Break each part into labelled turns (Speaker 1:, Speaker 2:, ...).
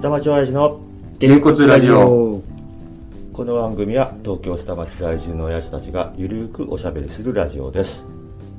Speaker 1: 下町親父の
Speaker 2: げんこつラジオ。
Speaker 1: この番組は東京下町在住の親父たちがゆるーくおしゃべりするラジオです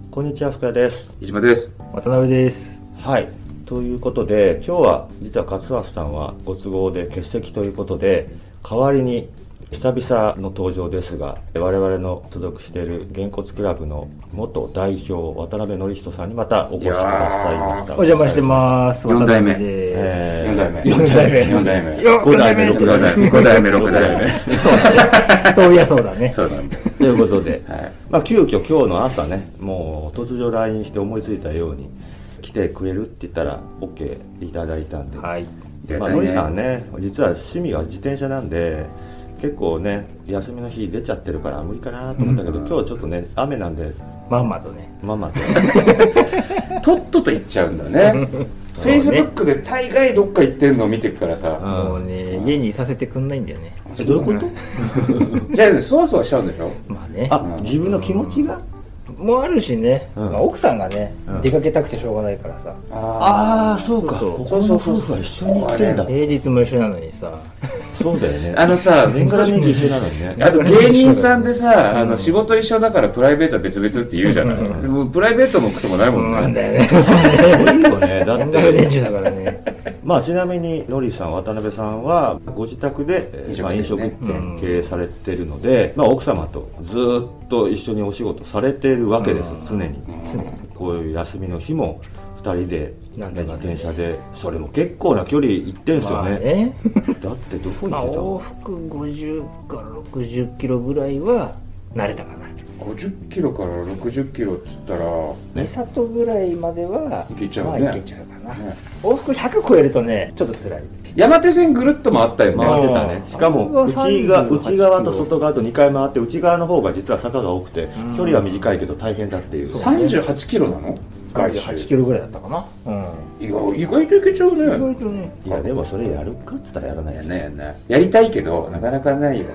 Speaker 1: こんにちは福田です
Speaker 2: 飯島です。
Speaker 3: 渡辺です。
Speaker 1: はいということで今日は実は勝橋さんはご都合で欠席ということで代わりに久々の登場ですが我々の所属しているげんこつクラブの元代表渡辺典人さんにまたお越しくださいました
Speaker 3: お邪魔してます。
Speaker 2: 四代目
Speaker 3: 渡辺です。
Speaker 1: え
Speaker 2: 四代目。
Speaker 1: 四代目
Speaker 2: 四代目。
Speaker 3: よ
Speaker 1: 5代目
Speaker 3: 四
Speaker 1: 6
Speaker 2: 代
Speaker 1: 代
Speaker 2: 目
Speaker 1: 目
Speaker 2: 五代目六代目
Speaker 3: 目そういやそうだね。
Speaker 2: そうなんだ。
Speaker 1: という ことで
Speaker 2: はい。
Speaker 1: まあ、急遽今日の朝ねもう突如 LINE して思いついたように来てくれるって言ったら OK いただいたんで、
Speaker 3: はい。
Speaker 1: まあ、のりさんね実は趣味が自転車なんで結構ね休みの日出ちゃってるから無理かなと思ったけど、今日ちょっとね雨なんで
Speaker 3: まんまとね。
Speaker 1: ママと
Speaker 2: とっとと行っちゃうんだね。フェイスブックで大概どっか行ってんのを見てるからさ。
Speaker 3: もうね、家にいさせてくんないんだよね。
Speaker 1: えどういうこと
Speaker 2: じゃあ、そわそわしちゃうんでしょ
Speaker 3: まあね。
Speaker 1: あ自分の気持ちが
Speaker 3: もあるしね。
Speaker 1: うん
Speaker 3: まあ奥さんがね
Speaker 1: うん、
Speaker 3: 出かけたくてしょうがないからさ。
Speaker 1: ああそうか
Speaker 3: そうそう
Speaker 1: ここの夫婦は一緒に行ってんだ
Speaker 3: 平日も一緒なのにさ。
Speaker 1: そうだよね
Speaker 2: あのさ、
Speaker 1: 年がら年中一緒なのにね
Speaker 2: あの芸人さんでさ、あの仕事一緒だからプライベートは別々って言うじゃない。でもプライベートもクソもないも
Speaker 3: うんなんん
Speaker 2: ね。
Speaker 3: だよね。
Speaker 1: す ごいよねだっ
Speaker 3: 年がら
Speaker 1: て
Speaker 3: 年中だからね。
Speaker 1: まあ、ちなみにノリさん渡辺さんはご自宅で、えー
Speaker 2: 飲食店ね
Speaker 1: まあ、飲食店経営されてるので、まあ、奥様とずっと一緒にお仕事されてるわけです、常に、
Speaker 3: 常に。
Speaker 1: こういう休みの日も2人で、ね
Speaker 3: なんとかね
Speaker 1: 自転車でそれも結構な距離行ってるんですよ
Speaker 3: まあ
Speaker 1: ね,、
Speaker 3: ね。
Speaker 1: だってどこ
Speaker 3: まあ往
Speaker 1: 行って
Speaker 3: 復50から60キロぐらいは慣れたかな。
Speaker 2: 50キロから60キロっつったら、
Speaker 3: 三里ぐらいまでは、
Speaker 2: いけちゃうね
Speaker 3: まあ、いけちゃうかな、
Speaker 2: ね
Speaker 3: 往復100超えるたとねちょっと辛い
Speaker 2: 山手線ぐるっと回ったよ
Speaker 1: たの回
Speaker 2: ね。
Speaker 1: ってたねしかも
Speaker 3: あれは
Speaker 1: 内が
Speaker 3: 38キロ
Speaker 1: 内側と外側と2回回って内側の方が実は坂が多くて
Speaker 3: ん
Speaker 1: 距離は短いけど大変だっていう
Speaker 2: 38キロなの外
Speaker 3: 8キロぐらいだったかなう
Speaker 2: 意外意外といけちゃうん
Speaker 3: 意
Speaker 2: ね
Speaker 3: 外とね
Speaker 1: いやでもそれやるかっつったらやらない
Speaker 2: や
Speaker 1: よ
Speaker 2: ん
Speaker 1: ね
Speaker 2: ないやんないやりたいけどなかなかないよ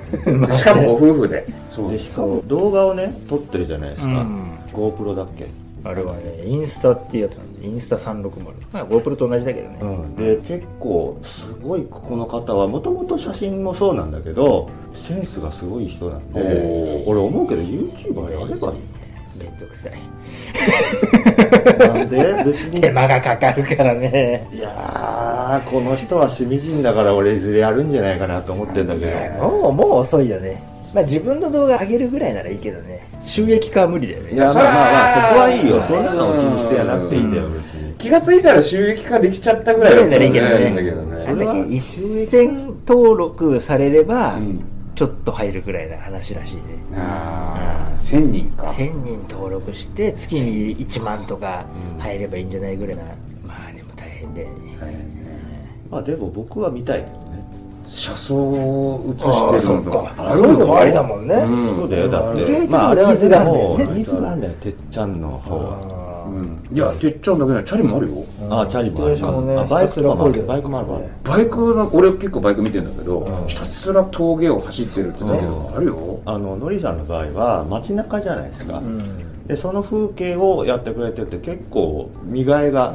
Speaker 2: しかもご夫婦でそう
Speaker 1: でしかも動画をね撮ってるじゃないですか、
Speaker 3: うん
Speaker 1: GoPro だっけ、
Speaker 3: あれはねインスタっていうやつなんでインスタ360まあ GoPro と同じだけどね、
Speaker 1: で結構すごいこの方はもともと写真もそうなんだけどセンスがすごい人なんで
Speaker 2: おー
Speaker 1: 俺思うけど YouTuber やればいい
Speaker 3: めんどくさい
Speaker 1: なんで別に
Speaker 3: 手間がかかるからね
Speaker 1: いやーこの人はしみじんだから俺いずれやるんじゃないかなと思ってんだけど
Speaker 3: もうもう遅いよねまあ自分の動画上げるぐらいならいいけどね収益化は無理だよ
Speaker 1: い
Speaker 3: ね
Speaker 1: やまあまあまあ
Speaker 2: そりゃ
Speaker 1: そこはいいよ
Speaker 2: まあ
Speaker 1: そんなのを気にしてやなくていいんだよ
Speaker 2: う
Speaker 1: 別に
Speaker 2: 気がついたら収益化できちゃったぐらいだったらね
Speaker 3: ぐらい
Speaker 2: ん
Speaker 3: な
Speaker 2: だ
Speaker 3: らい
Speaker 2: け
Speaker 3: いけ
Speaker 2: ど
Speaker 3: ど
Speaker 1: そ
Speaker 3: な
Speaker 2: ね
Speaker 1: れは
Speaker 3: んだっけ1000登録されれば、
Speaker 2: うん
Speaker 3: ちょっと入るぐらいな話らしいね
Speaker 2: ああ1000人か
Speaker 3: 1000人登録して月に1万とか入ればいいんじゃないぐらいなまあでも大変だよね
Speaker 2: 大変ね
Speaker 1: まあでも僕は見たいけどね
Speaker 2: 車窓を映してるのとある
Speaker 3: そういうのもありだもんね、
Speaker 2: うん
Speaker 1: そうだよだっ
Speaker 3: 意外
Speaker 1: て
Speaker 3: と
Speaker 1: まああれは
Speaker 3: ニーズがあるんだよね
Speaker 1: もうニーズがあるんだよてっちゃんの方は
Speaker 2: うんいやてっちゃんだけないチャリもあるよ
Speaker 1: あチャリもある
Speaker 3: 自転車もね
Speaker 1: あバイ
Speaker 3: ひた
Speaker 1: ク
Speaker 3: す
Speaker 1: も
Speaker 3: ら
Speaker 1: あ
Speaker 3: 漕い
Speaker 1: る
Speaker 3: でる
Speaker 1: バイクもあるわ
Speaker 2: バイクの俺結構バイク見てんだけどひたすら峠を走ってるってだけ
Speaker 1: そ
Speaker 2: どあるよ
Speaker 1: あのノリさんの場合は街中じゃないですか、
Speaker 3: うん
Speaker 1: でその風景をやってくれてて結構見栄えが、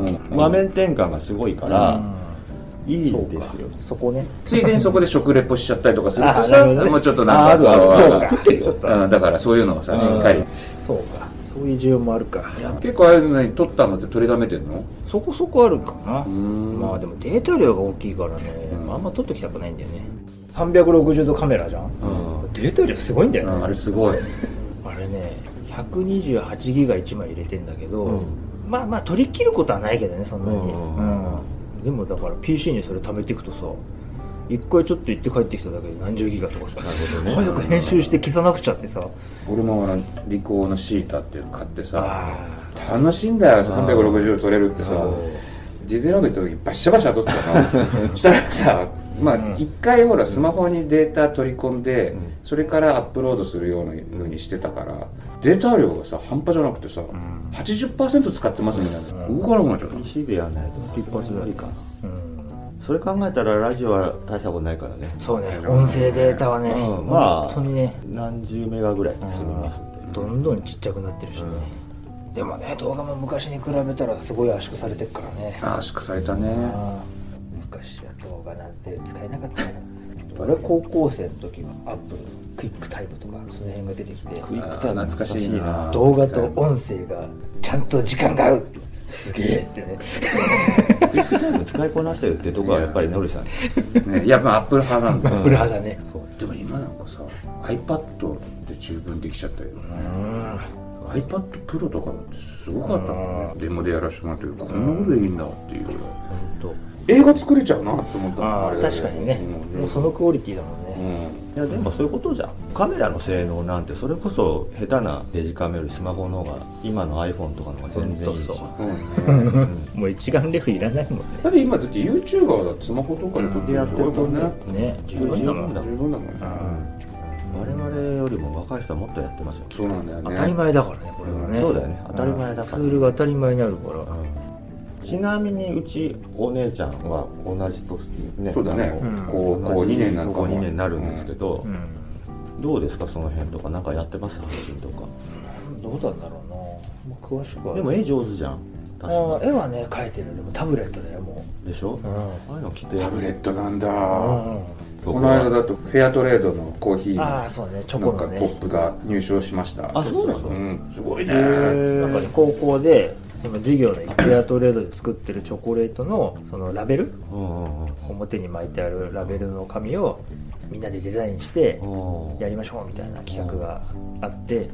Speaker 2: うんうん
Speaker 1: 場面転換がすごいから、いいですよ
Speaker 3: そこね
Speaker 2: ついでにそこで食レポしちゃったりとかすると
Speaker 3: あな
Speaker 2: さ、
Speaker 3: るほどね
Speaker 2: もうちょっと
Speaker 1: あ
Speaker 2: な
Speaker 1: あ
Speaker 2: んか
Speaker 1: るある
Speaker 2: こ
Speaker 1: そうか食ってるよ
Speaker 2: うんだからそういうのをさしっかり
Speaker 3: そうかそういう需要もあるか
Speaker 2: 結構ああいうのに取ったのって取りだめてんの
Speaker 3: そこそこあるかな
Speaker 2: うん
Speaker 3: まあでもデータ量が大きいからね、
Speaker 2: うん
Speaker 3: あんま撮っときたくないんだよね360度カメラじゃんデータ量すごいんだよ
Speaker 2: う
Speaker 3: ね、
Speaker 2: んあれすごい
Speaker 3: あれね128ギガ1枚入れてんだけど、
Speaker 1: うん
Speaker 3: まあまあ取り切ることはないけどねそんなに、
Speaker 1: うん
Speaker 3: うんでもだから PC にそれ貯めていくとさ一回ちょっと行って帰ってきただけで何十ギガとかさ早く編集して消さなくちゃってさ
Speaker 2: 俺もあのリコーのシータっていうの買ってさ
Speaker 3: あ
Speaker 2: 楽しいんだよ360度取れるってさディズニーランド行った時バシャバシャ撮ってた のしたらさまあ
Speaker 3: うん
Speaker 2: 一回ほらスマホにデータ取り込んで
Speaker 1: ん
Speaker 2: それからアップロードするようなふうにしてたからデータ量がさ半端じゃなくてさ
Speaker 3: ん
Speaker 2: 80%使ってますみたいな動かなくなっちゃった
Speaker 1: PC でやらないと一発無理かな
Speaker 3: ーうん
Speaker 1: それ考えたらラジオは大したことないからね
Speaker 3: そうね音声データはね、
Speaker 1: うんまあ
Speaker 3: 本当にね
Speaker 1: 何十メガぐらい済みますんで、
Speaker 3: どんどんちっちゃくなってるしね、でもね動画も昔に比べたらすごい圧縮されてるからね
Speaker 2: あ圧縮されたね
Speaker 3: あー昔は動画なんて使えなかったから俺は高校生の時はアップルのクイックタイムとかその辺が出てきて
Speaker 1: クイックタイム
Speaker 2: あー懐かしいな
Speaker 3: 動画と音声がちゃんと時間が合うってすげえってね
Speaker 1: クイックタイム使いこなしてるってとこはやっぱりノリさん
Speaker 2: ね、やっぱアップル派なんだ
Speaker 3: アップル派だね
Speaker 2: でも今なんかさ iPad で十分できちゃったよ
Speaker 4: うーん
Speaker 2: iPad Pro とかだってすごかったもんねデモでやらせてもらったけどこんなことでいいんだっていう
Speaker 4: と
Speaker 2: 映画作れちゃうなって思ったもん
Speaker 4: あー
Speaker 2: れ
Speaker 3: 確かにね
Speaker 2: うん
Speaker 3: もうそのクオリティだもんね
Speaker 2: うん
Speaker 1: いやでもそういうことじゃんカメラの性能なんてそれこそ下手なデジカメよりスマホの方が今の iPhone とかの方が全然いいし
Speaker 4: ほんと
Speaker 2: うんね
Speaker 4: もう一眼レフいらないもんね
Speaker 2: だって今だって YouTuber だってスマホとかで撮って
Speaker 1: や
Speaker 2: る
Speaker 1: ってる
Speaker 2: 人多い
Speaker 1: と
Speaker 2: もんね
Speaker 1: ね
Speaker 4: ね
Speaker 1: 十分だもん
Speaker 2: 十分だもんね
Speaker 1: 我々よりも若い人はもっとやってますよ
Speaker 2: そうなんだよね
Speaker 4: 当たり前だからねこれはね
Speaker 1: そうだよね当たり前だから
Speaker 4: ツールが当たり前にあるから
Speaker 1: ちなみにうちお姉ちゃんは同じ年ね
Speaker 2: そうだね
Speaker 1: あの
Speaker 4: うん
Speaker 2: 高校2年なんか
Speaker 1: 高校
Speaker 2: も
Speaker 1: 2年になるんですけど、
Speaker 4: うん
Speaker 1: どうですかその辺とかなんかやってます配信とか
Speaker 3: どうなんだろうな、まあ、詳しくは
Speaker 1: でも絵上手じゃん
Speaker 3: あ
Speaker 1: 確か
Speaker 3: ー絵はね描いてるでもタブレットだよも
Speaker 1: でしょ
Speaker 3: う、うん
Speaker 1: ああいうのきっとや
Speaker 2: タブレ
Speaker 1: る
Speaker 2: ットなんだ
Speaker 3: うん
Speaker 2: この間だとフェアトレードのコーヒー
Speaker 3: ああ
Speaker 2: の
Speaker 3: そうねチョ
Speaker 2: な
Speaker 3: コ
Speaker 2: んか
Speaker 3: の
Speaker 2: ポ
Speaker 3: ね
Speaker 2: ップが入賞しました
Speaker 1: あそうなの
Speaker 2: んすごいね
Speaker 3: なんかね高校でその授業のフェアトレードで作ってるチョコレートのそのラベル
Speaker 1: うんうんうん
Speaker 3: 表に巻いてあるラベルの紙をみんなでデザインして
Speaker 1: うん
Speaker 3: やりましょうみたいな企画があって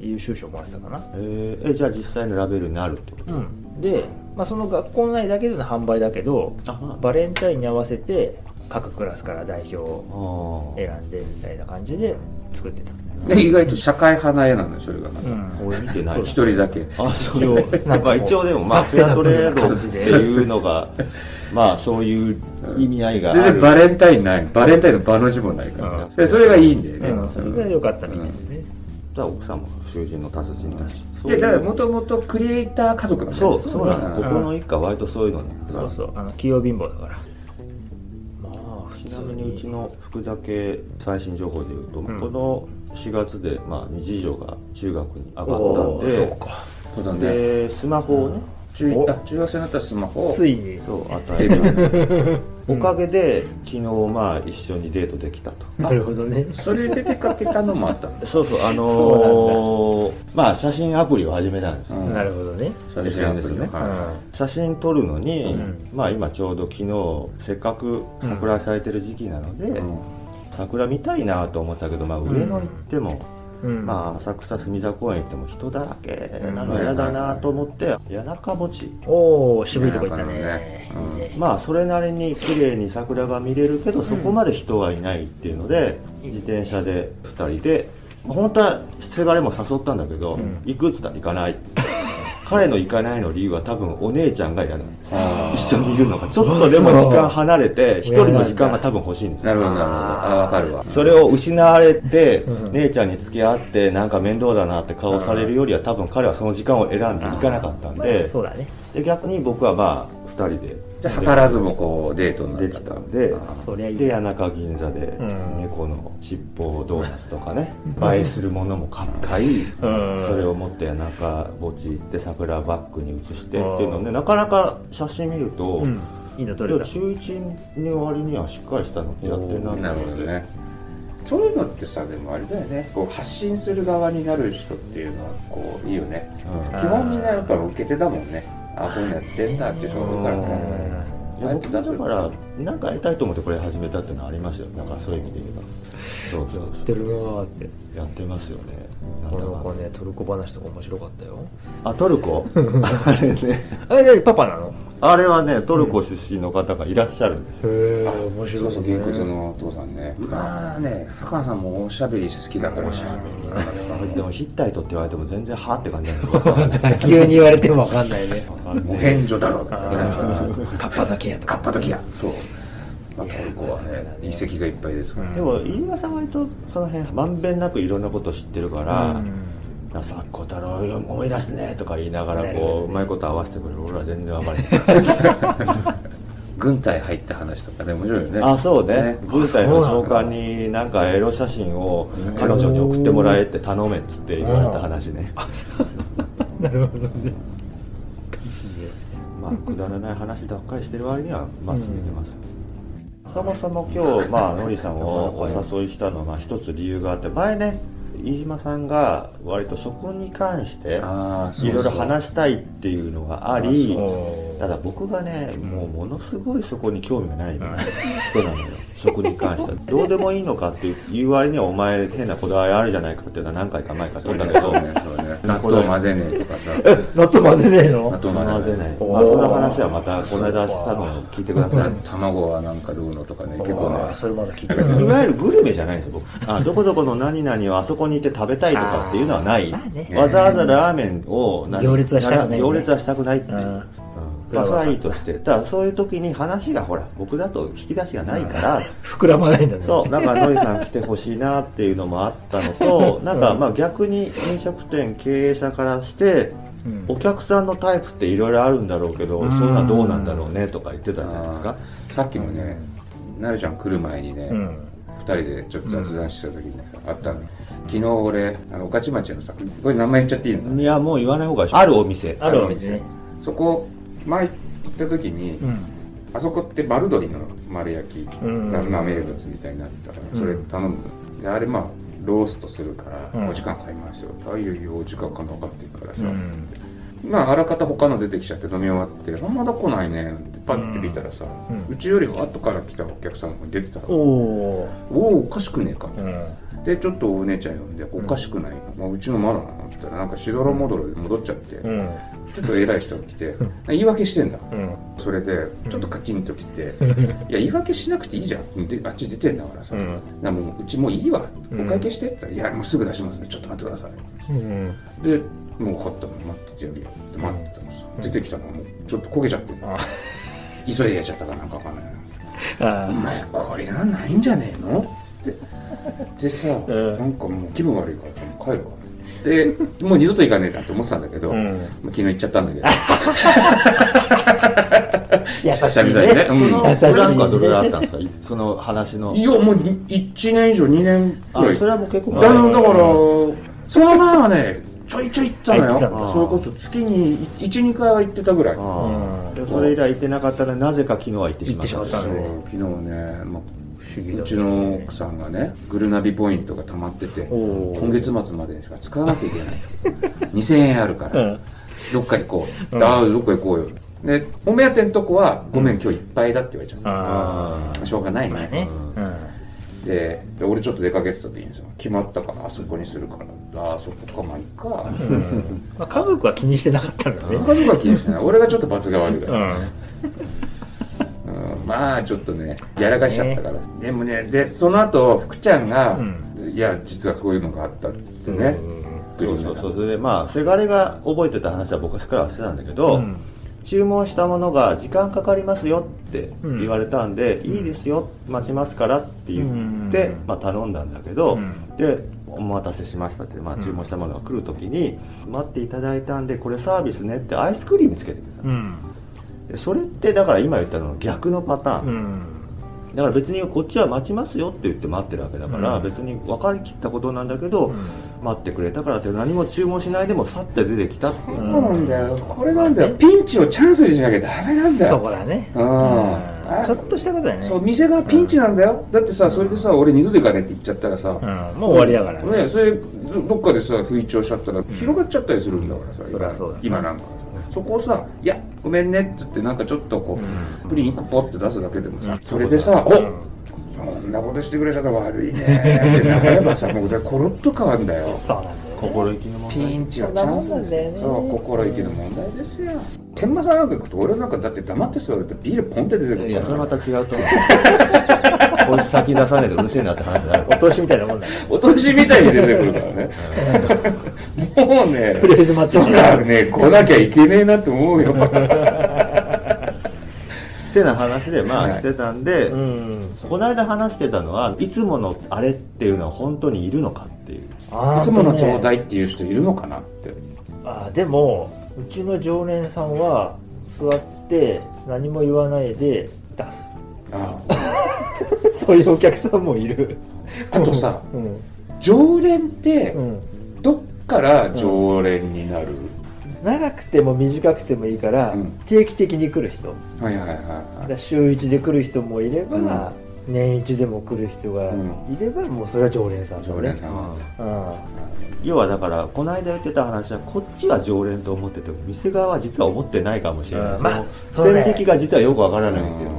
Speaker 3: 優秀賞もらってたかな
Speaker 1: えーえじゃあ実際のラベルになるってこと
Speaker 3: うんで、まあ、その学校内だけでの販売だけど
Speaker 1: あそうなんだ
Speaker 3: バレンタインに合わせて各クラスから代表を
Speaker 1: あ
Speaker 3: 選んでみたいな感じで作ってた、
Speaker 2: で意外と社会派な絵なのよそれがなんか
Speaker 1: あ俺見てない
Speaker 2: 一人だけ
Speaker 1: あそうなんか一応でもまあ
Speaker 3: サス
Speaker 1: フ
Speaker 3: テ
Speaker 1: ェア
Speaker 3: ナ
Speaker 1: ト
Speaker 3: ブル
Speaker 1: レー
Speaker 3: な
Speaker 1: ド
Speaker 3: 感
Speaker 1: って
Speaker 3: じで
Speaker 1: いうのがまあそういう意味合いがあ
Speaker 2: 全然
Speaker 1: る
Speaker 2: バレンタインないバレンタインの場の字もないからでそれがいいんだよね
Speaker 3: うんそれが良かったみたいなね、
Speaker 1: じゃあ奥さんも囚人の達人だし
Speaker 2: いやだからもともとクリエイター家族なんだ
Speaker 1: そ
Speaker 2: よ
Speaker 1: うそうなのこ
Speaker 2: ん
Speaker 1: この一家割とそういうのね
Speaker 3: そうそうあの器用貧乏だからまあ普
Speaker 1: ち
Speaker 3: 通
Speaker 1: なみに
Speaker 3: に
Speaker 1: うちの福だけ最新情報でいうと、
Speaker 4: ん
Speaker 1: この4月で、まあ、2次以上が中学に上
Speaker 3: おー
Speaker 1: が
Speaker 3: そ
Speaker 1: っ
Speaker 3: うか
Speaker 2: そうだ
Speaker 1: たんで
Speaker 2: ね
Speaker 1: でスマホをね、
Speaker 2: 中あ中学生になったらスマホを
Speaker 3: ついに
Speaker 1: そう与
Speaker 2: テ
Speaker 1: え
Speaker 2: レビ
Speaker 1: て
Speaker 2: に
Speaker 1: おかげで昨日まあ一緒にデートできたと
Speaker 3: なるほどね
Speaker 2: それで出かけたのも あったんだ
Speaker 1: そうそうあのーまあ写真アプリを始めたんですよ、
Speaker 2: うん
Speaker 3: なるほどね
Speaker 2: それでアップルの
Speaker 1: うん
Speaker 2: は
Speaker 1: 写真撮るのに、
Speaker 3: うん
Speaker 1: まあ今ちょうど昨日せっかく桜咲いてる時期なので、
Speaker 2: いうん
Speaker 1: 桜見たいなと思ってたけど、まあ、上野行っても、
Speaker 3: うん
Speaker 1: まあ、浅草隅田公園行っても人だらけなの嫌だなと思って谷中餅
Speaker 3: おお渋いとこ行ったね
Speaker 2: なかなかねうん
Speaker 3: いいね
Speaker 1: まあそれなりに綺麗に桜が見れるけどそこまで人はいないっていうので、自転車で2人でまあ本当はせがれも誘ったんだけど、行くっつったら行かない彼の行かないの理由は多分お姉ちゃんが嫌だ一緒にいるのがちょっとでも時間離れて一人の時間が多分欲しいんです
Speaker 2: なるほどなるほどあわかるわ
Speaker 1: それを失われて、姉ちゃんに付き合って、なんか面倒だなって顔されるよりは、多分彼はその時間を選んでいかなかったん
Speaker 3: まあ
Speaker 1: で、
Speaker 3: そうだね
Speaker 1: で逆に僕はまあ、2人で。
Speaker 2: じゃあ図らずもこうデートにな
Speaker 1: で
Speaker 2: っ
Speaker 1: き
Speaker 2: た
Speaker 1: た
Speaker 2: と
Speaker 1: んで、
Speaker 3: そりゃいい
Speaker 1: で、谷中銀座で
Speaker 3: ん
Speaker 1: 猫の尻尾ドーナツとかね、映えするものも買ったり、そ
Speaker 3: ん
Speaker 1: れを持って谷中墓地行って桜バッグに移してって
Speaker 3: うん
Speaker 1: いうのね、なかなか写真見ると、
Speaker 3: うんいいの撮
Speaker 1: い
Speaker 3: れ
Speaker 1: や
Speaker 3: た
Speaker 1: 中1の割にはしっかりしたのってやってんな
Speaker 2: なるほどねそういうのってさでもあれだよねこう発信する側になる人っていうのはこういいよね
Speaker 1: うん
Speaker 2: 基本みんなやっぱ受け手だもんねあこういうのやってんだっていう人が多いからね
Speaker 1: いや僕もだから何かやりたいと思ってこれ始めたっていうのはありますよだからそういう意味で言えばそうそう
Speaker 3: やっ
Speaker 1: そ
Speaker 3: てるなーって
Speaker 1: うやってますよねな
Speaker 3: なん
Speaker 1: だ
Speaker 3: か
Speaker 1: か
Speaker 3: ねトルコ話とか面白かったよ
Speaker 1: あトル コあれね
Speaker 3: あれ何パパなの
Speaker 1: あれはねトルコ出身の方がいらっしゃるんですよ、
Speaker 3: へえ面
Speaker 2: そうそう
Speaker 3: ね
Speaker 2: 原骨のお父さんねまあね博さんもおしゃべり好きだからおしゃべりだからさ
Speaker 1: でもヒッタイトって言われても全然はって感じなんだけ
Speaker 3: 急に言われてもわかんないね
Speaker 2: もう変女だろ
Speaker 3: あ ーカッパ酒やと
Speaker 2: カ
Speaker 3: か
Speaker 2: ッパ時やそう、まあ、トルコはね遺跡がいっぱいですから、
Speaker 1: でも飯村さんは割とその辺まんべんなくいろんなこと知ってるから、なんかさっき小太郎思い出すねとか言いながらこううまいこと合わせてくれる俺は全然分かんない
Speaker 2: 軍隊入った話とかね面白いよね
Speaker 1: あそうね
Speaker 2: ね
Speaker 1: 軍隊の長官になんかエロ写真を彼女に送ってもらえって頼めっつって言われた話ね
Speaker 3: なるほどね
Speaker 1: まあ、くだらない話ばっかりしてる割には、まあ、続いてます。そもそも今 日、まあ、のりさんをお誘いしたのは、まあ、一つ理由があって、前ね、飯島さんが割と食に関して、
Speaker 2: ああ
Speaker 1: いろいろ話したいっていうのがあり、
Speaker 3: そう
Speaker 1: ただ僕がね、もうものすごいそこに興味がない人なのよ、食に関しては。どうでもいいのかっていう割には、お前変なこだわりあるじゃないかっていうのは何回か前から
Speaker 2: そ
Speaker 1: 言
Speaker 2: う
Speaker 1: った
Speaker 2: だ
Speaker 1: け
Speaker 2: け
Speaker 1: ど
Speaker 2: ど、ね、そうね納豆混ぜねえとかさ
Speaker 3: 納豆混ぜねえの
Speaker 2: 納豆
Speaker 1: な
Speaker 2: 混
Speaker 1: ぜ
Speaker 2: ぜ
Speaker 1: な
Speaker 2: ないい。
Speaker 1: まあ、その話はまたこの間したのを聞いてください。
Speaker 2: 卵はなんかどうのとかね結構
Speaker 3: あ
Speaker 2: ね
Speaker 3: ーそれまだ聞いて
Speaker 1: い
Speaker 3: ない
Speaker 1: わゆるグルメじゃないんですよ、僕。あ、どこどこの何々をあそこに行って食べたいとかっていうのはない。
Speaker 3: あーまあね
Speaker 1: わざわざラーメンを何
Speaker 3: 行列はしたくないね
Speaker 1: 行列はしたくないっていう。
Speaker 3: う
Speaker 1: うんんまあ、それはいいとして。ただ、そういう時に話がほら、僕だと引き出しがないから、
Speaker 3: 膨らまないんだね
Speaker 1: そう、なんか、のりさん来てほしいなっていうのもあったのと、なんか、まあ逆に飲食店経営者からして、
Speaker 3: うん
Speaker 1: お客さんのタイプっていろいろあるんだろうけど、
Speaker 3: うん
Speaker 1: そんなどうなんだろうねとか言ってたじゃないですか。
Speaker 2: さっきもね、なるちゃん来る前にね、
Speaker 3: う
Speaker 2: 二
Speaker 3: ん
Speaker 2: 人でちょっと雑談してた時にね、あったの昨日俺あの御徒町のさこれ名前言っちゃっていいのかない
Speaker 1: や、もう言わない方がいい。あるお店。
Speaker 3: あるお店ね
Speaker 2: そこ前行った時に、
Speaker 3: うん
Speaker 2: あそこって丸鶏の丸焼き
Speaker 3: うん
Speaker 2: が名物みたいになったから、
Speaker 3: う
Speaker 2: そ
Speaker 3: ん
Speaker 2: れ頼むであれまあローストするから、
Speaker 3: うん
Speaker 2: お時間買いましょうああいうお時間かかってるからさ、
Speaker 3: うん
Speaker 2: まあ、あらかた他の出てきちゃって飲み終わって「あまだ来ないね」ってパッて見たらさ、
Speaker 3: う
Speaker 2: うんちより後から来たお客さんが出てたら
Speaker 3: おお
Speaker 2: おおおかしくねえか
Speaker 3: ー、うん
Speaker 2: でちょっとお姉ちゃん呼んで「おかしくない、まあ、うちのマナーなの?」って言ったらなんかしどろもどろで戻っちゃって、
Speaker 3: うん
Speaker 2: ちょっと偉い人が来て言い訳してんだ
Speaker 3: うん
Speaker 2: それでちょっとカチンと来て「いや言い訳しなくていいじゃんであっち出てんだからさ、
Speaker 3: う
Speaker 2: うんだからもううちもういいわ
Speaker 3: うん
Speaker 2: お会計して」って言ったら「いやもうすぐ出しますねちょっと待ってください」
Speaker 3: うん
Speaker 2: でもう分かったの待っててやるよって待ってたのさ、
Speaker 3: うん
Speaker 2: 出てきたのがもうちょっと焦げちゃって
Speaker 3: あ
Speaker 2: 急いでやっちゃったかなんか分かんないなお
Speaker 3: あ
Speaker 2: 前これはないんじゃねえのつってで さ、
Speaker 3: ん
Speaker 2: なんかもう気分悪いからちょっと帰るわでもう二度と行かねえなって思ってたんだけど、
Speaker 3: う
Speaker 2: まあ
Speaker 3: ん
Speaker 2: 昨日行っちゃったんだけど
Speaker 5: 優し
Speaker 2: 久
Speaker 5: い
Speaker 2: 々にね
Speaker 5: ね。
Speaker 2: うん
Speaker 3: 優しい
Speaker 1: ブランクはどれぐらいあったんですかいその話の
Speaker 2: い。やもう1年以上2年
Speaker 1: あ
Speaker 2: くらい
Speaker 1: それはもう結構
Speaker 2: だ
Speaker 1: 前
Speaker 2: だからその前はねちょいちょい行ったの
Speaker 3: 入っ
Speaker 2: よ
Speaker 3: てたん
Speaker 1: だ
Speaker 2: それこそ月に12回は行ってたぐらい
Speaker 1: ああ
Speaker 3: う
Speaker 1: で
Speaker 3: ん
Speaker 1: それ以来行ってなかったらなぜか昨日は行ってし
Speaker 3: 行っ
Speaker 1: ま
Speaker 3: て
Speaker 1: っ
Speaker 3: したまった
Speaker 2: そ
Speaker 3: んで
Speaker 2: う昨日ね、まあ、
Speaker 3: 不思議だ
Speaker 2: うちの奥さんがねグルナビポイントが溜まってて
Speaker 3: おー
Speaker 2: 今月末までしか使わなきゃいけない と2000円あるから、
Speaker 3: うん
Speaker 2: どっか行こう、
Speaker 3: うん
Speaker 2: ああどっか行こうよでお目当てのとこはごめん今日いっぱいだって言われちゃった、
Speaker 3: あ
Speaker 2: しょうがないね,、
Speaker 3: あねうん
Speaker 2: でで俺ちょっと出かけてたっていいんですよ決まったからあそこにするからああそこかまあいいか、
Speaker 3: まあ、家族は気にしてなかったんだね
Speaker 2: 家族は気にしない俺がちょっと罰が悪いから、
Speaker 3: うん
Speaker 2: うんまあちょっとねやらかしちゃったから、でもねでその後福ちゃんが、
Speaker 3: うん
Speaker 2: いや実はこういうのがあったってね、グリ
Speaker 1: そ
Speaker 2: ー
Speaker 1: うそ
Speaker 2: ンの
Speaker 1: うそうそれでまあせがれが覚えてた話は僕はしっかりはしてたんだけど、
Speaker 3: うん
Speaker 1: 注文したものが時間かかりますよって
Speaker 3: うん
Speaker 1: 言われたんで、いいですよ待ちますからって言って、
Speaker 3: うん
Speaker 1: まあ、頼んだんだけど、
Speaker 3: うん
Speaker 1: でお待たせしましたって、まあ、注文したものが来る時に、待っていただいたんでこれサービスねってアイスクリームつけてくれた
Speaker 3: うん
Speaker 1: でそれってだから今言ったのの逆のパターン、
Speaker 3: うん
Speaker 1: だから別にこっちは待ちますよって言って待ってるわけだから、
Speaker 3: うん
Speaker 1: 別に分かりきったことなんだけど、
Speaker 3: うん
Speaker 1: 待ってくれたからって何も注文しないでもさって出てきたっていう、
Speaker 2: そうなんだよこれなんだよピンチをチャンスにしなきゃダメなんだ
Speaker 3: そ
Speaker 2: よ
Speaker 3: こだね
Speaker 2: うん
Speaker 3: うんちょっとしたことだね
Speaker 2: そう店がピンチなんだよ、だってさそれでさ俺二度と行かねえって言っちゃったらさ、
Speaker 3: うんもう終わりだから
Speaker 2: ねそれどっかでさ不一致しちゃったら広がっちゃったりするんだからさ、
Speaker 3: そりゃそうだ
Speaker 2: 今なんかそこをさ「いやごめんね」っつってなんかちょっとこう、プリン1個ポッて出すだけでもさ、それでさ「おそんなことしてくれちゃったら悪いね」ってなればさもう俺コロッと変わるんだよ
Speaker 3: そうなんだよ
Speaker 1: 心意気の問題
Speaker 2: ピンチはチャンス
Speaker 5: そんなもんなんだよね
Speaker 2: そう心意気の問題ですよ天満さんなんか行くと俺なんかだって黙って座るとビールポンって出てくるから
Speaker 1: いやそれまた違うと思 うこいつ先出さねえとうるせえなって話になる
Speaker 3: お通しみたいなもんだね
Speaker 2: お通しみたいに出てくるからねもうね
Speaker 3: とりあえず待っ
Speaker 2: そ
Speaker 3: てて
Speaker 2: んなね来なきゃいけねえなって思うよ
Speaker 1: ってな話でまあしてたんで、
Speaker 3: うん
Speaker 1: この間話してたのはいつものあれっていうのは本当にいるのかっていう
Speaker 3: あー
Speaker 2: いつもの
Speaker 3: あとね
Speaker 2: ちょうだいっていう人いるのかなって
Speaker 3: あーでもうちの常連さんは座って何も言わないで出す
Speaker 2: あ
Speaker 3: そういうお客さんもいる
Speaker 2: あとさ
Speaker 3: うん
Speaker 2: 常連って
Speaker 3: うん
Speaker 2: どっから常連になる、
Speaker 3: 長くても短くてもいいから、
Speaker 2: うん
Speaker 3: 定期的に来る人
Speaker 2: はいはいはい
Speaker 3: だか
Speaker 2: は
Speaker 3: ら週1で来る人もいれば、
Speaker 2: うん
Speaker 3: 年1でも来る人がいれば、もうそれは常連さん
Speaker 2: い
Speaker 3: だね
Speaker 2: 常連さんは
Speaker 3: うん
Speaker 1: 要はだからこの間言ってた話はこっちは常連と思ってても店側は実は思ってないかもしれない、
Speaker 3: うんまあ
Speaker 1: そ
Speaker 3: そ
Speaker 1: の
Speaker 3: うね
Speaker 1: 線引きが実はよくわからないんですよ、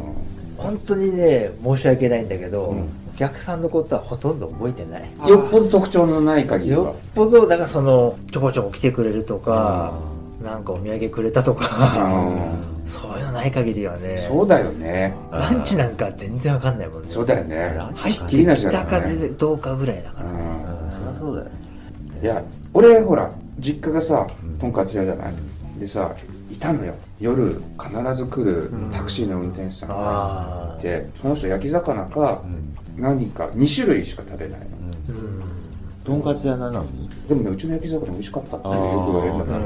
Speaker 3: 本当にね申し訳ないんだけど、
Speaker 1: うん
Speaker 3: お客さんのことはほとんど覚えてない
Speaker 2: うんよっぽど特徴のない限りは
Speaker 3: よっぽどだからそのちょこちょこ来てくれるとか、なんかお土産くれたとか、
Speaker 2: う
Speaker 3: そういうのない限りはね
Speaker 2: んそうだよね
Speaker 3: ランチなんか全然わかんないもんね
Speaker 2: そうだよね
Speaker 1: ランチ
Speaker 3: 入って
Speaker 2: 気になっ
Speaker 3: き
Speaker 2: ちゃう
Speaker 3: た
Speaker 2: よ
Speaker 3: か
Speaker 2: ね
Speaker 3: どうかぐらいだから、
Speaker 2: う
Speaker 1: う
Speaker 2: ん
Speaker 1: んそりゃそうだよ
Speaker 2: いや俺ほら実家がさとんかつ屋じゃないでさいたのよ夜必ず来るタクシーの運転手さんが
Speaker 3: あ
Speaker 2: いて、その人焼き魚か
Speaker 1: うん
Speaker 2: 何か2種類しか食べないの
Speaker 3: あうん
Speaker 1: とんかつ屋なのに
Speaker 2: でもねうちの焼き魚美味しかったってよく言われるんだ
Speaker 1: あーなるほ
Speaker 2: けど
Speaker 1: ど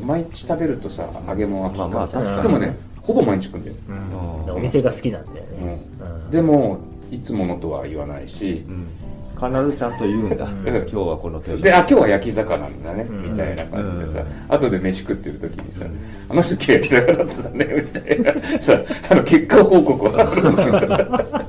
Speaker 1: ね
Speaker 2: 毎日食べるとさ揚げ物はき
Speaker 1: まあまあ
Speaker 2: っ
Speaker 1: 確かに
Speaker 2: でもねほぼ毎日来るんだよ、
Speaker 1: うん
Speaker 3: お店が好きなんだよ
Speaker 2: う
Speaker 3: ね、
Speaker 2: ん
Speaker 3: うん
Speaker 2: でもいつものとは言わないし
Speaker 1: う、ん必ずちゃんと言うんだ、
Speaker 6: ん
Speaker 1: 今日はこの定食
Speaker 2: であ今日は焼き魚なんだね、
Speaker 6: ん
Speaker 2: みたいな感じでさ、
Speaker 1: うん
Speaker 2: 後で飯食ってる時にさ、あの人今日焼き魚だったねみたいなさ あの結果報告は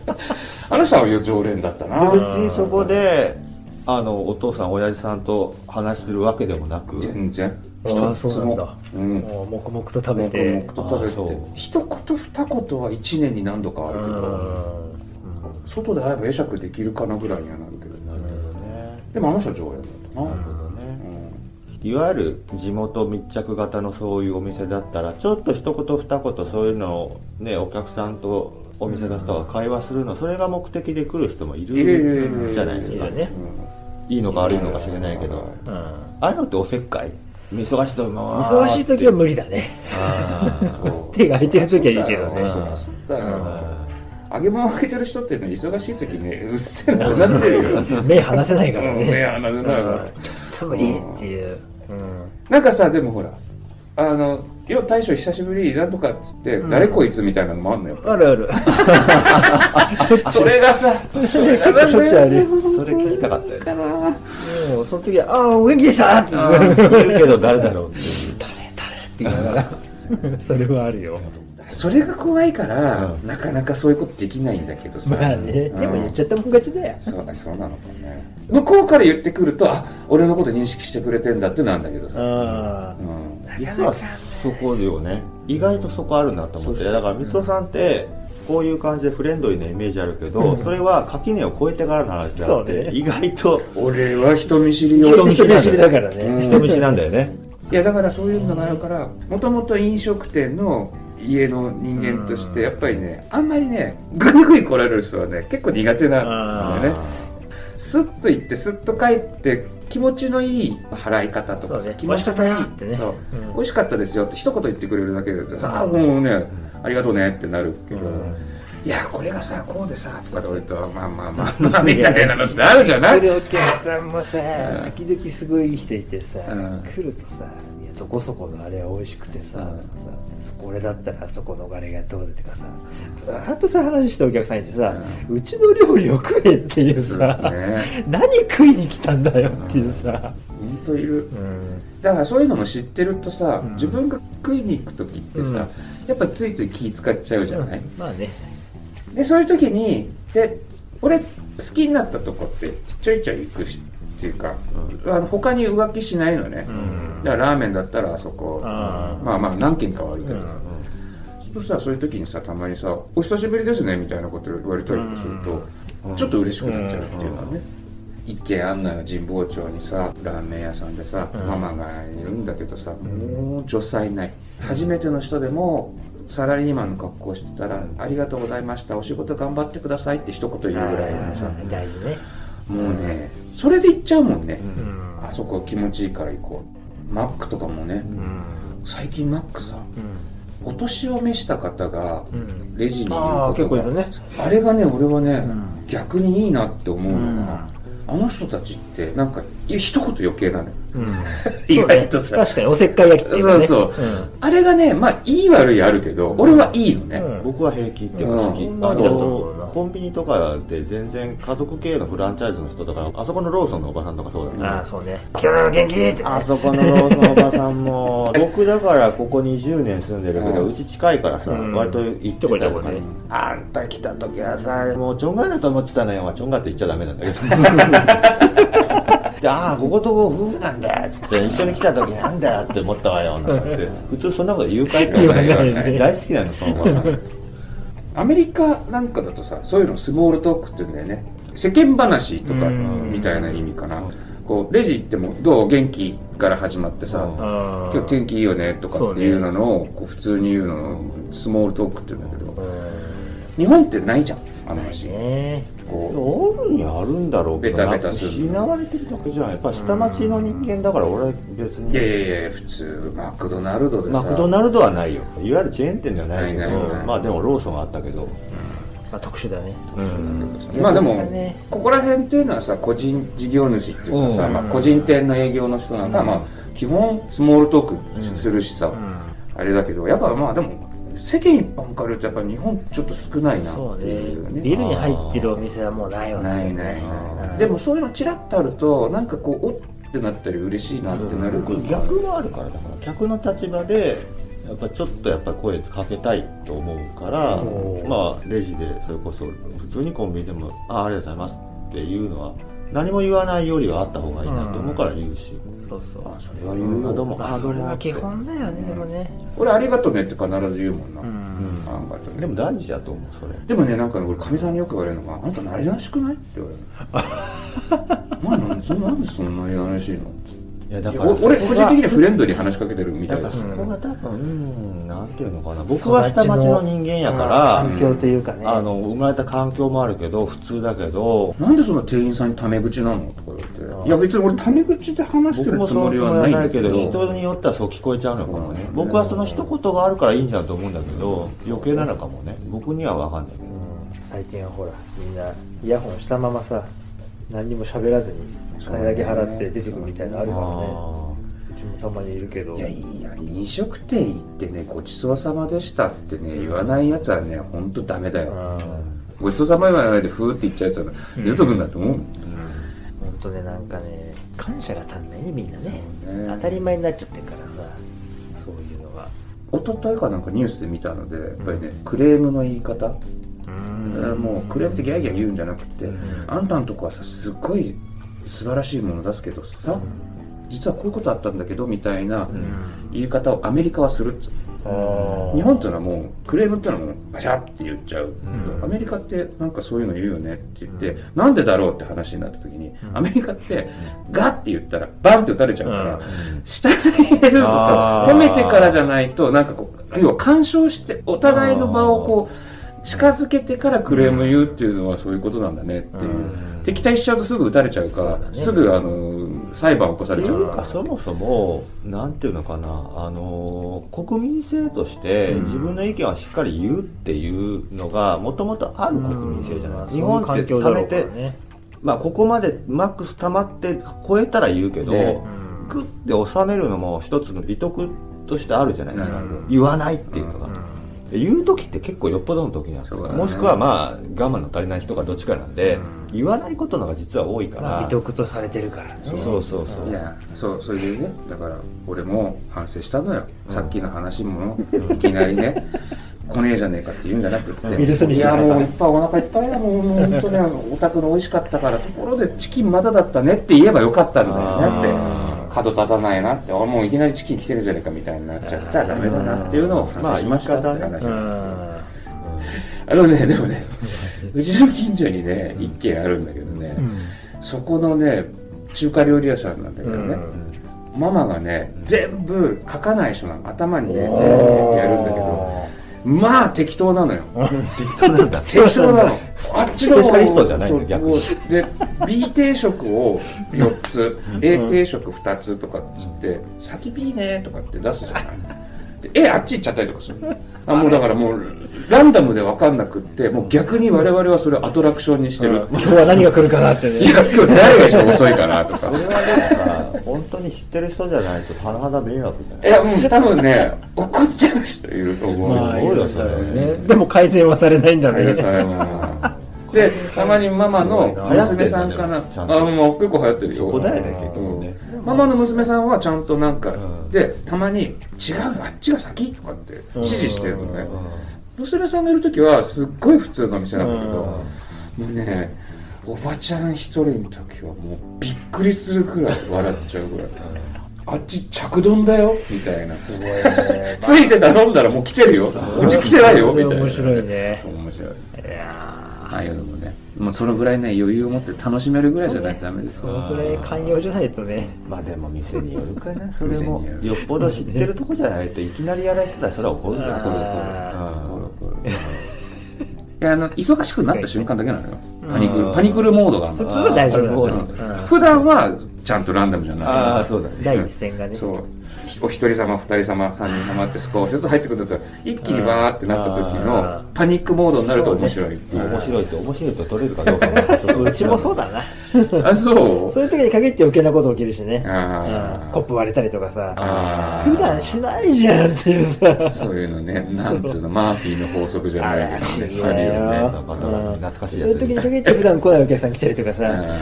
Speaker 2: あの人は常連だったな
Speaker 1: で別にそこであのお父さん親父さんと話するわけでもなく
Speaker 2: 全然
Speaker 3: あ
Speaker 2: 一つ
Speaker 3: ー
Speaker 2: も
Speaker 3: そうなんだ
Speaker 2: うん
Speaker 3: もう黙々と食べて
Speaker 2: 黙々と食べて
Speaker 1: あ
Speaker 2: 一言二言は1年に何度かあるけど外で会えば会釈できるかなぐらいにはなるけど
Speaker 1: なるほどね
Speaker 2: でもあの人は常連だったな、
Speaker 1: なるほどね、
Speaker 2: うん
Speaker 1: いわゆる地元密着型のそういうお店だったらちょっと一言二言そういうのをねお客さんとお店の人が会話するのそれが目的で来る人もい
Speaker 2: いるいるい
Speaker 1: る
Speaker 2: る
Speaker 1: じゃないですか
Speaker 3: いるね
Speaker 1: いいのか悪いのか知れないけど
Speaker 6: うん
Speaker 1: ああいうのっておせっかい忙しいと
Speaker 3: 忙しい時は無理だね手が空いてる時はいいけどね
Speaker 2: そうだよ揚げ物を開けてる人っていうのは忙しい時 ねうっせえなってなってるよ
Speaker 3: 目離せないからね、
Speaker 2: 目離せないから
Speaker 3: うんちょっと無理っていう、うん
Speaker 2: なんかさでもほらあの「よ大将久しぶりなんとか」っつって「誰こいつ」みたいなのもあんのよ
Speaker 3: あるある
Speaker 2: それがさそれがなん
Speaker 3: しょっちゅうあ
Speaker 2: だ
Speaker 3: る
Speaker 2: よ
Speaker 1: それ聞きたかったよね
Speaker 3: もうその時は「ああお元気でした!」って言
Speaker 1: 言うけど誰だろうって いう
Speaker 3: いながらそれはあるよ
Speaker 2: それが怖いから、
Speaker 1: うん
Speaker 2: なかなかそういうことできないんだけどさ
Speaker 3: まあねで
Speaker 2: うん
Speaker 3: も言っちゃったもん勝ちだよ
Speaker 2: そうあそうなのかね向こうから言ってくるとあ俺のこと認識してくれてんだってなんだけどさ、
Speaker 3: あ
Speaker 2: うん
Speaker 1: 実はそこよね意外とそこあるなと思ってだから光代さんってこういう感じでフレンドリーなイメージあるけどそれは垣根を越えてからの話であっ
Speaker 3: そう
Speaker 1: て
Speaker 3: ね
Speaker 1: 意外と
Speaker 2: 俺は人見知りよ
Speaker 3: 人見知りだからね、
Speaker 2: うん
Speaker 1: 人見知りなんだよね
Speaker 2: いやだからそういうのがあるからもともと飲食店の家の人間としてやっぱりねあんまりねグイグイ来られる人はね結構苦手なんだよねスッと行ってスッと帰って気持ちのいい払い方とか
Speaker 6: そう
Speaker 2: さ
Speaker 6: ね
Speaker 2: 気持ちの
Speaker 6: 美味しかった
Speaker 2: いい
Speaker 6: よってね
Speaker 2: そう
Speaker 6: うん
Speaker 2: 美味しかったですよって一言言ってくれるだけでさあもうねありがとうねってなるけどいやこれがさこうでさとかで俺とまあまあまあまあみたいなのってあるじゃない
Speaker 3: 来るお客さんもさ時々すごい人いてさ、
Speaker 2: うん
Speaker 3: 来るとさいやどこそこのあれは美味しくてさ,、
Speaker 2: うん
Speaker 3: さそこ俺だったらあそこのあれがどうでとかさずーっとさ話してお客さんいてさ、うちの料理を食えっていうさ
Speaker 2: そうね
Speaker 3: 何食いに来たんだよっていうさ、
Speaker 2: 本当いる
Speaker 3: うん
Speaker 2: だからそういうのも知ってるとさ、
Speaker 6: うん
Speaker 2: 自分が食いに行く時ってさ、
Speaker 6: うん
Speaker 2: やっぱついつい気使っちゃうじゃない、
Speaker 6: まあね
Speaker 2: でそういう時にで俺好きになったとこってちょいちょい行くしっていうか、あの他に浮気しないのね、
Speaker 6: ん
Speaker 2: だからラーメンだったらあそこ
Speaker 6: あー
Speaker 2: まあまあ何軒かはあるけ
Speaker 6: う
Speaker 2: ど、
Speaker 6: ん
Speaker 2: そしたらそういう時にさたまにさ「お久しぶりですね」みたいなこと言われたりとかすると、
Speaker 1: うん
Speaker 2: ちょっと嬉しくなっちゃうっていうのはね、一軒あんのよ神保町にさラーメン屋さんでさ、ママがいるんだけどさもう女才ない初めての人でもサラリーマンの格好してたら「ありがとうございましたお仕事頑張ってください」って一言言うぐらいのさ
Speaker 3: 大事ね
Speaker 2: もうねそれで行っちゃうもんね、
Speaker 6: うん
Speaker 2: あそこ気持ちいいから行こうマックとかもね
Speaker 6: うん
Speaker 2: 最近マックさお年を召した方が
Speaker 6: うん
Speaker 2: レジにいる
Speaker 6: ああ
Speaker 2: こ
Speaker 6: 結
Speaker 2: と
Speaker 6: 構い
Speaker 2: が
Speaker 6: るね
Speaker 2: あれがね俺はね、
Speaker 6: ん
Speaker 2: 逆にいいなって思う
Speaker 6: う
Speaker 2: の
Speaker 6: ん
Speaker 2: が、あの人たちってってなんかいや一言余計なのよ
Speaker 3: うん、
Speaker 2: 意外とさ
Speaker 3: 確かにおせっかい焼きっていうかね
Speaker 2: そうそうあれがねまあいい悪いあるけど俺はいいのね、
Speaker 3: うん
Speaker 1: 僕は平気っていうか好き、
Speaker 3: うん
Speaker 1: あ
Speaker 3: 好きだと思うな
Speaker 1: のコンビニとかで全然家族系のフランチャイズの人とかあそこのローソンのおばさんとかそうだ
Speaker 3: ん
Speaker 1: ね
Speaker 3: ああそうね「今日元気!」って
Speaker 1: あそこのローソンおばさんも 僕だからここ20年住んでるけど
Speaker 2: うん
Speaker 1: うち近いからさ
Speaker 3: うん
Speaker 1: 割と行ってたりとか
Speaker 3: ちょこちょこね
Speaker 1: ねあんた来た時はさもうちょんがいだと思ってたのよまあちょんがいって言っちゃダメなんだけ どでああこことここ夫婦なんだっつって一緒に来た時なんだよって思ったわよなんて普通そんなこと言うかいって言わない
Speaker 3: 言わ
Speaker 1: か
Speaker 3: ない
Speaker 1: ら大好きなのそのおばさん
Speaker 2: アメリカなんかだとさそういうのスモールトークって言うんだよね世間話とか
Speaker 3: うん
Speaker 2: みたいな意味かなこうレジ行っても「どう元気?」から始まってさ
Speaker 1: うん
Speaker 2: 「
Speaker 3: 今
Speaker 2: 今日天気いいよね」とかっていうのをこう普通に言うのをスモールトークって言うんだけど日本ってないじゃんあの話
Speaker 3: ね
Speaker 2: こ
Speaker 1: あるにあるんだろうけど
Speaker 2: ベタベタする
Speaker 1: 失われてるだけじゃないやっぱ下町の人間だから俺は別
Speaker 2: ういやい
Speaker 1: に
Speaker 2: やいや普通マクドナルドでさ
Speaker 1: マクドナルドはないよいわゆるチェーン店ではないけど
Speaker 2: ないないない
Speaker 1: まあでもローソンはあったけど
Speaker 3: まあ特殊だね
Speaker 2: まあでも
Speaker 3: なんかね
Speaker 2: ここら辺っていうのはさ個人事業主っていうかさ、
Speaker 3: うん
Speaker 2: まあ、個人店の営業の人なんかはまあ基本スモールトークするしさ、あれだけどやっぱまあでも世間一般から言うとやっぱ日本ちょっと少ないな
Speaker 3: そ
Speaker 2: っ
Speaker 3: う
Speaker 2: て
Speaker 3: ね
Speaker 2: いうね
Speaker 3: ビルに入ってるお店はもうないわけ
Speaker 2: ない
Speaker 3: ね
Speaker 2: ね
Speaker 3: うん
Speaker 2: でもそういうのチラッとあるとなんかこうおってなったり嬉しいなってなる
Speaker 1: 僕逆もあるからだから客の立場でやっぱちょっとやっぱ声かけたいと思うから
Speaker 3: おー
Speaker 1: まあレジでそれこそ普通にコンビニでも「ああありがとうございます」っていうのは何も言わないよりはあった方がいいなと思うから言うし、
Speaker 3: そうそう
Speaker 2: あそれは言う
Speaker 1: あ
Speaker 2: よ
Speaker 1: どうも
Speaker 3: まあそれは基本だよねでもね
Speaker 2: 俺ありがとうねって必ず言うもんな、
Speaker 3: うん
Speaker 2: あんかね
Speaker 1: でも大事だと思うそれ
Speaker 2: でもね、なんかね、俺、かみさんによく言われるのが、あんた、なりなしくないって言わ れるの。お前なんそんなんでそんなになりなしいの
Speaker 1: いやだ
Speaker 2: お
Speaker 1: それ
Speaker 2: 俺、
Speaker 1: は
Speaker 2: 個人的にはフレンドに話しかけてるみた
Speaker 1: だ
Speaker 2: い
Speaker 1: から
Speaker 2: な
Speaker 1: そ。こが多分、うん、なんていうのかな
Speaker 3: 育ちの
Speaker 1: 僕は下町の人間やから、
Speaker 3: 環境というかね
Speaker 1: あの生まれた環境もあるけど普通だけど
Speaker 2: なんでそんな店員さんにタメ口なのとか言って。いや、別に俺、タメ口で話し
Speaker 1: 僕
Speaker 2: てる
Speaker 1: も
Speaker 2: つ
Speaker 1: その
Speaker 2: も
Speaker 1: つ
Speaker 2: り
Speaker 1: もりは
Speaker 2: はないん
Speaker 1: な
Speaker 2: だ
Speaker 1: いけ
Speaker 2: け
Speaker 1: ど
Speaker 2: ど。
Speaker 1: 人によってはそう聞こえちゃうのかもね
Speaker 2: うん
Speaker 1: 僕はその一言があるからいいんじゃんと思うんだけど余計なのかもね僕には分かんないけど
Speaker 5: 最近はほらみんなイヤホンしたままさ何にも喋らずに金だけ払って出てくみたいなのあるからね
Speaker 1: あ
Speaker 5: うちもたまにいるけど
Speaker 2: いやいや飲食店行ってねごちそうさまでしたってね言わないやつはねほんとダメだよ
Speaker 5: 本
Speaker 2: ごちそうさま言わないでふーって言っちゃうやつは出てくんだと思うもんね
Speaker 5: 当ねなんかね感謝が足んないねみんなね
Speaker 2: ね
Speaker 5: 当たり前になっちゃってるからさそういうのが
Speaker 2: 一昨日かなんかニュースで見たのでやっぱりねクレームの言い方もうクレームってギャーギャー言うんじゃなくてあんたのとこはさすっごい素晴らしいもの出すけどさ実はこういうことあったんだけどみたいな言い方をアメリカはするっつう日本っていうのはもうクレームっていうのはもうバシャって言っちゃう、
Speaker 3: ん
Speaker 2: アメリカってなんかそういうの言うよねって言って、なんでだろうって話になった時に、アメリカってガッて言ったらバンって打たれちゃうから、下に入れるとさ
Speaker 1: あー
Speaker 2: 褒めてからじゃないとなんかこう要は干渉してお互いの場をこう近づけてからクレーム言うっていうのはそういうことなんだねっていう、敵対しちゃうとすぐ打たれちゃうから
Speaker 3: そうだね
Speaker 2: すぐあの裁判起こさ
Speaker 1: ーっ
Speaker 2: れ
Speaker 1: て
Speaker 2: ち
Speaker 1: い
Speaker 2: ゃう
Speaker 1: う
Speaker 2: か
Speaker 1: からそもそもなんていうのかなあの国民性として自分の意見はしっかり言うっていうのがもともとある国民性じゃない、日本って
Speaker 3: た
Speaker 1: 貯めてまあ、ここまでマックス溜まって超えたら言うけど、
Speaker 2: ね
Speaker 1: グッて収めるのも一つの美徳としてあるじゃないですか、
Speaker 2: なるほど
Speaker 1: 言わないっていうのが、で言う時って結構よっぽどの時にある、
Speaker 2: そうだね
Speaker 1: もしくはまあ我慢の足りない人がどっちかなんで、言わないことのが実は多いから、
Speaker 5: まあ美徳とされてるからね
Speaker 1: そうそうそうそう
Speaker 2: いやそうそれでねだから俺も反省したのよ、さっきの話もいきなりね 来ねえじゃねえかって言うんじゃなくって、
Speaker 5: ウィルスミ
Speaker 2: い
Speaker 5: スみた
Speaker 2: や
Speaker 5: いな
Speaker 2: もういっぱいお腹いっぱいだもうもう本当に あのお宅の美味しかったからところでチキンまだだったねって言えばよかったんだよねって角立たないなって俺もういきなりチキン来てるじゃねえかみたいになっちゃったらダメだなっていうのを反省しましたって
Speaker 1: まあ言い
Speaker 2: 話、
Speaker 1: 方
Speaker 2: あのねでもねうちの近所にね一軒あるんだけどね、そこのね中華料理屋さんなんだけどね、ママがね全部書かない人なの頭に入れてやるんだけどまあ適当なのよ 適当なのあっち
Speaker 1: スペ
Speaker 2: の
Speaker 1: シャリストじゃないの
Speaker 2: そう
Speaker 1: 逆
Speaker 2: で B 定食を4つ A 定食2つとかっつって「先 B ね」とかって出すじゃないってえあっち行っちゃったりとかするあもうだからもうランダムで分かんなくってもう逆に我々はそれをアトラクションにしてる、
Speaker 3: 今日は何が来るかなっ て
Speaker 2: い
Speaker 3: ね。
Speaker 2: や今日誰が一番遅いかなと
Speaker 1: そ
Speaker 2: か
Speaker 1: れはでもさ、本当に知ってる人じゃないと、甚だ迷惑じゃない
Speaker 2: いやもう多分ね怒っちゃう人いると思う、
Speaker 1: まあ
Speaker 3: い
Speaker 1: 多い
Speaker 3: ろ
Speaker 1: よ
Speaker 3: い
Speaker 1: それ
Speaker 3: ろね。でも改善はされないんだ
Speaker 2: ありがとうご
Speaker 3: ね。
Speaker 2: ざいますでたまにママの娘さんかな
Speaker 1: すごいな
Speaker 2: あもう結構流行ってるよ
Speaker 1: そこだよね結局ね
Speaker 2: うんママの娘さんはちゃんとなんか、
Speaker 1: ん
Speaker 2: でたまに「違うあっちが先」とかって指示してるのね、娘さんがいる時はすっごい普通の店なんだけど、もうねおばちゃん一人の時はもうびっくりするくらい笑っちゃうぐらい、あっち着丼だよみたいな
Speaker 5: すごいね
Speaker 2: ついて頼んだらもう来てるよ うち来てないよみたいな
Speaker 3: 面白いね。
Speaker 2: 面白いああいうのもねもうそのぐらいね余裕を持って楽しめるぐらいじゃないとダメです
Speaker 3: そ
Speaker 2: よ
Speaker 3: のくらい寛容じゃないとね。
Speaker 1: まあでも店によるかな それ
Speaker 2: 店
Speaker 1: も
Speaker 2: による
Speaker 1: よっぽど知ってるとこじゃないといきなりやられたらそれは怒るじゃん
Speaker 3: あ
Speaker 1: 怒る怒るうん
Speaker 2: いやあの忙しくなった瞬間だけなのよパニク
Speaker 1: う
Speaker 2: ル
Speaker 1: ん
Speaker 2: パニクルモードがある
Speaker 3: 普
Speaker 2: の
Speaker 3: 通は大丈夫
Speaker 2: う
Speaker 3: なんんだね
Speaker 2: 普段はちゃんとランダムじゃない
Speaker 1: ああそうだ
Speaker 3: うん。
Speaker 1: ね
Speaker 3: 第一線がね。
Speaker 2: そうお一人様二人様三人様って少しずつ入ってくると一気にバーってなった時
Speaker 3: あ
Speaker 2: の
Speaker 3: ー
Speaker 2: パニックモードになると面白いっていう
Speaker 1: 面白いって面白いと取れる かどうかもちょっと
Speaker 3: うちもそうだな。
Speaker 2: あそう
Speaker 3: そういう時に限って余計なこと起きるしね。
Speaker 2: あー
Speaker 3: うんコップ割れたりとかさ。
Speaker 2: あー
Speaker 3: 普段しないじゃんっていうさ。
Speaker 2: そういうのねなんつうのマーフィーの法則じゃな
Speaker 3: あ
Speaker 2: い
Speaker 3: ら、不
Speaker 2: け
Speaker 3: 思
Speaker 2: どね
Speaker 3: 議
Speaker 2: あ
Speaker 3: だ
Speaker 2: る
Speaker 3: よ。
Speaker 2: よ
Speaker 3: う
Speaker 2: ね
Speaker 1: なんか
Speaker 3: ん
Speaker 1: 懐かしいや
Speaker 3: そ
Speaker 1: つ
Speaker 3: ういう時に限って普段来ないお客さん来たりとかさ、
Speaker 2: ん
Speaker 3: 今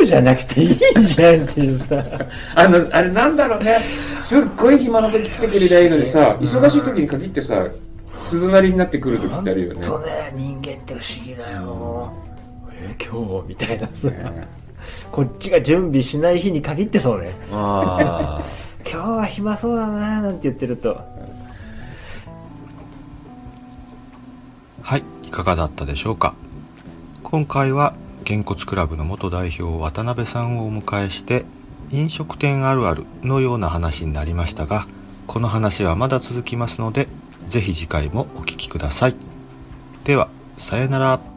Speaker 3: 日じゃなくていいじゃんっていうさ、
Speaker 2: あの、あれなんだろうね。すっごい暇な時来てくれりゃいいのにさ、忙しい時に限ってさ、鈴なりになってくる時ってあるよね。
Speaker 3: そうね、人間って不思議だよ。え、今日みたいなさ、こっちが準備しない日に限ってそうね。
Speaker 1: あ
Speaker 3: 今日は暇そうだななんて言ってると。
Speaker 7: はい、いかがだったでしょうか。今回は、げんこつクラブの元代表渡辺さんをお迎えして、飲食店あるあるのような話になりましたが、この話はまだ続きますので、ぜひ次回もお聞きください。では、さよなら。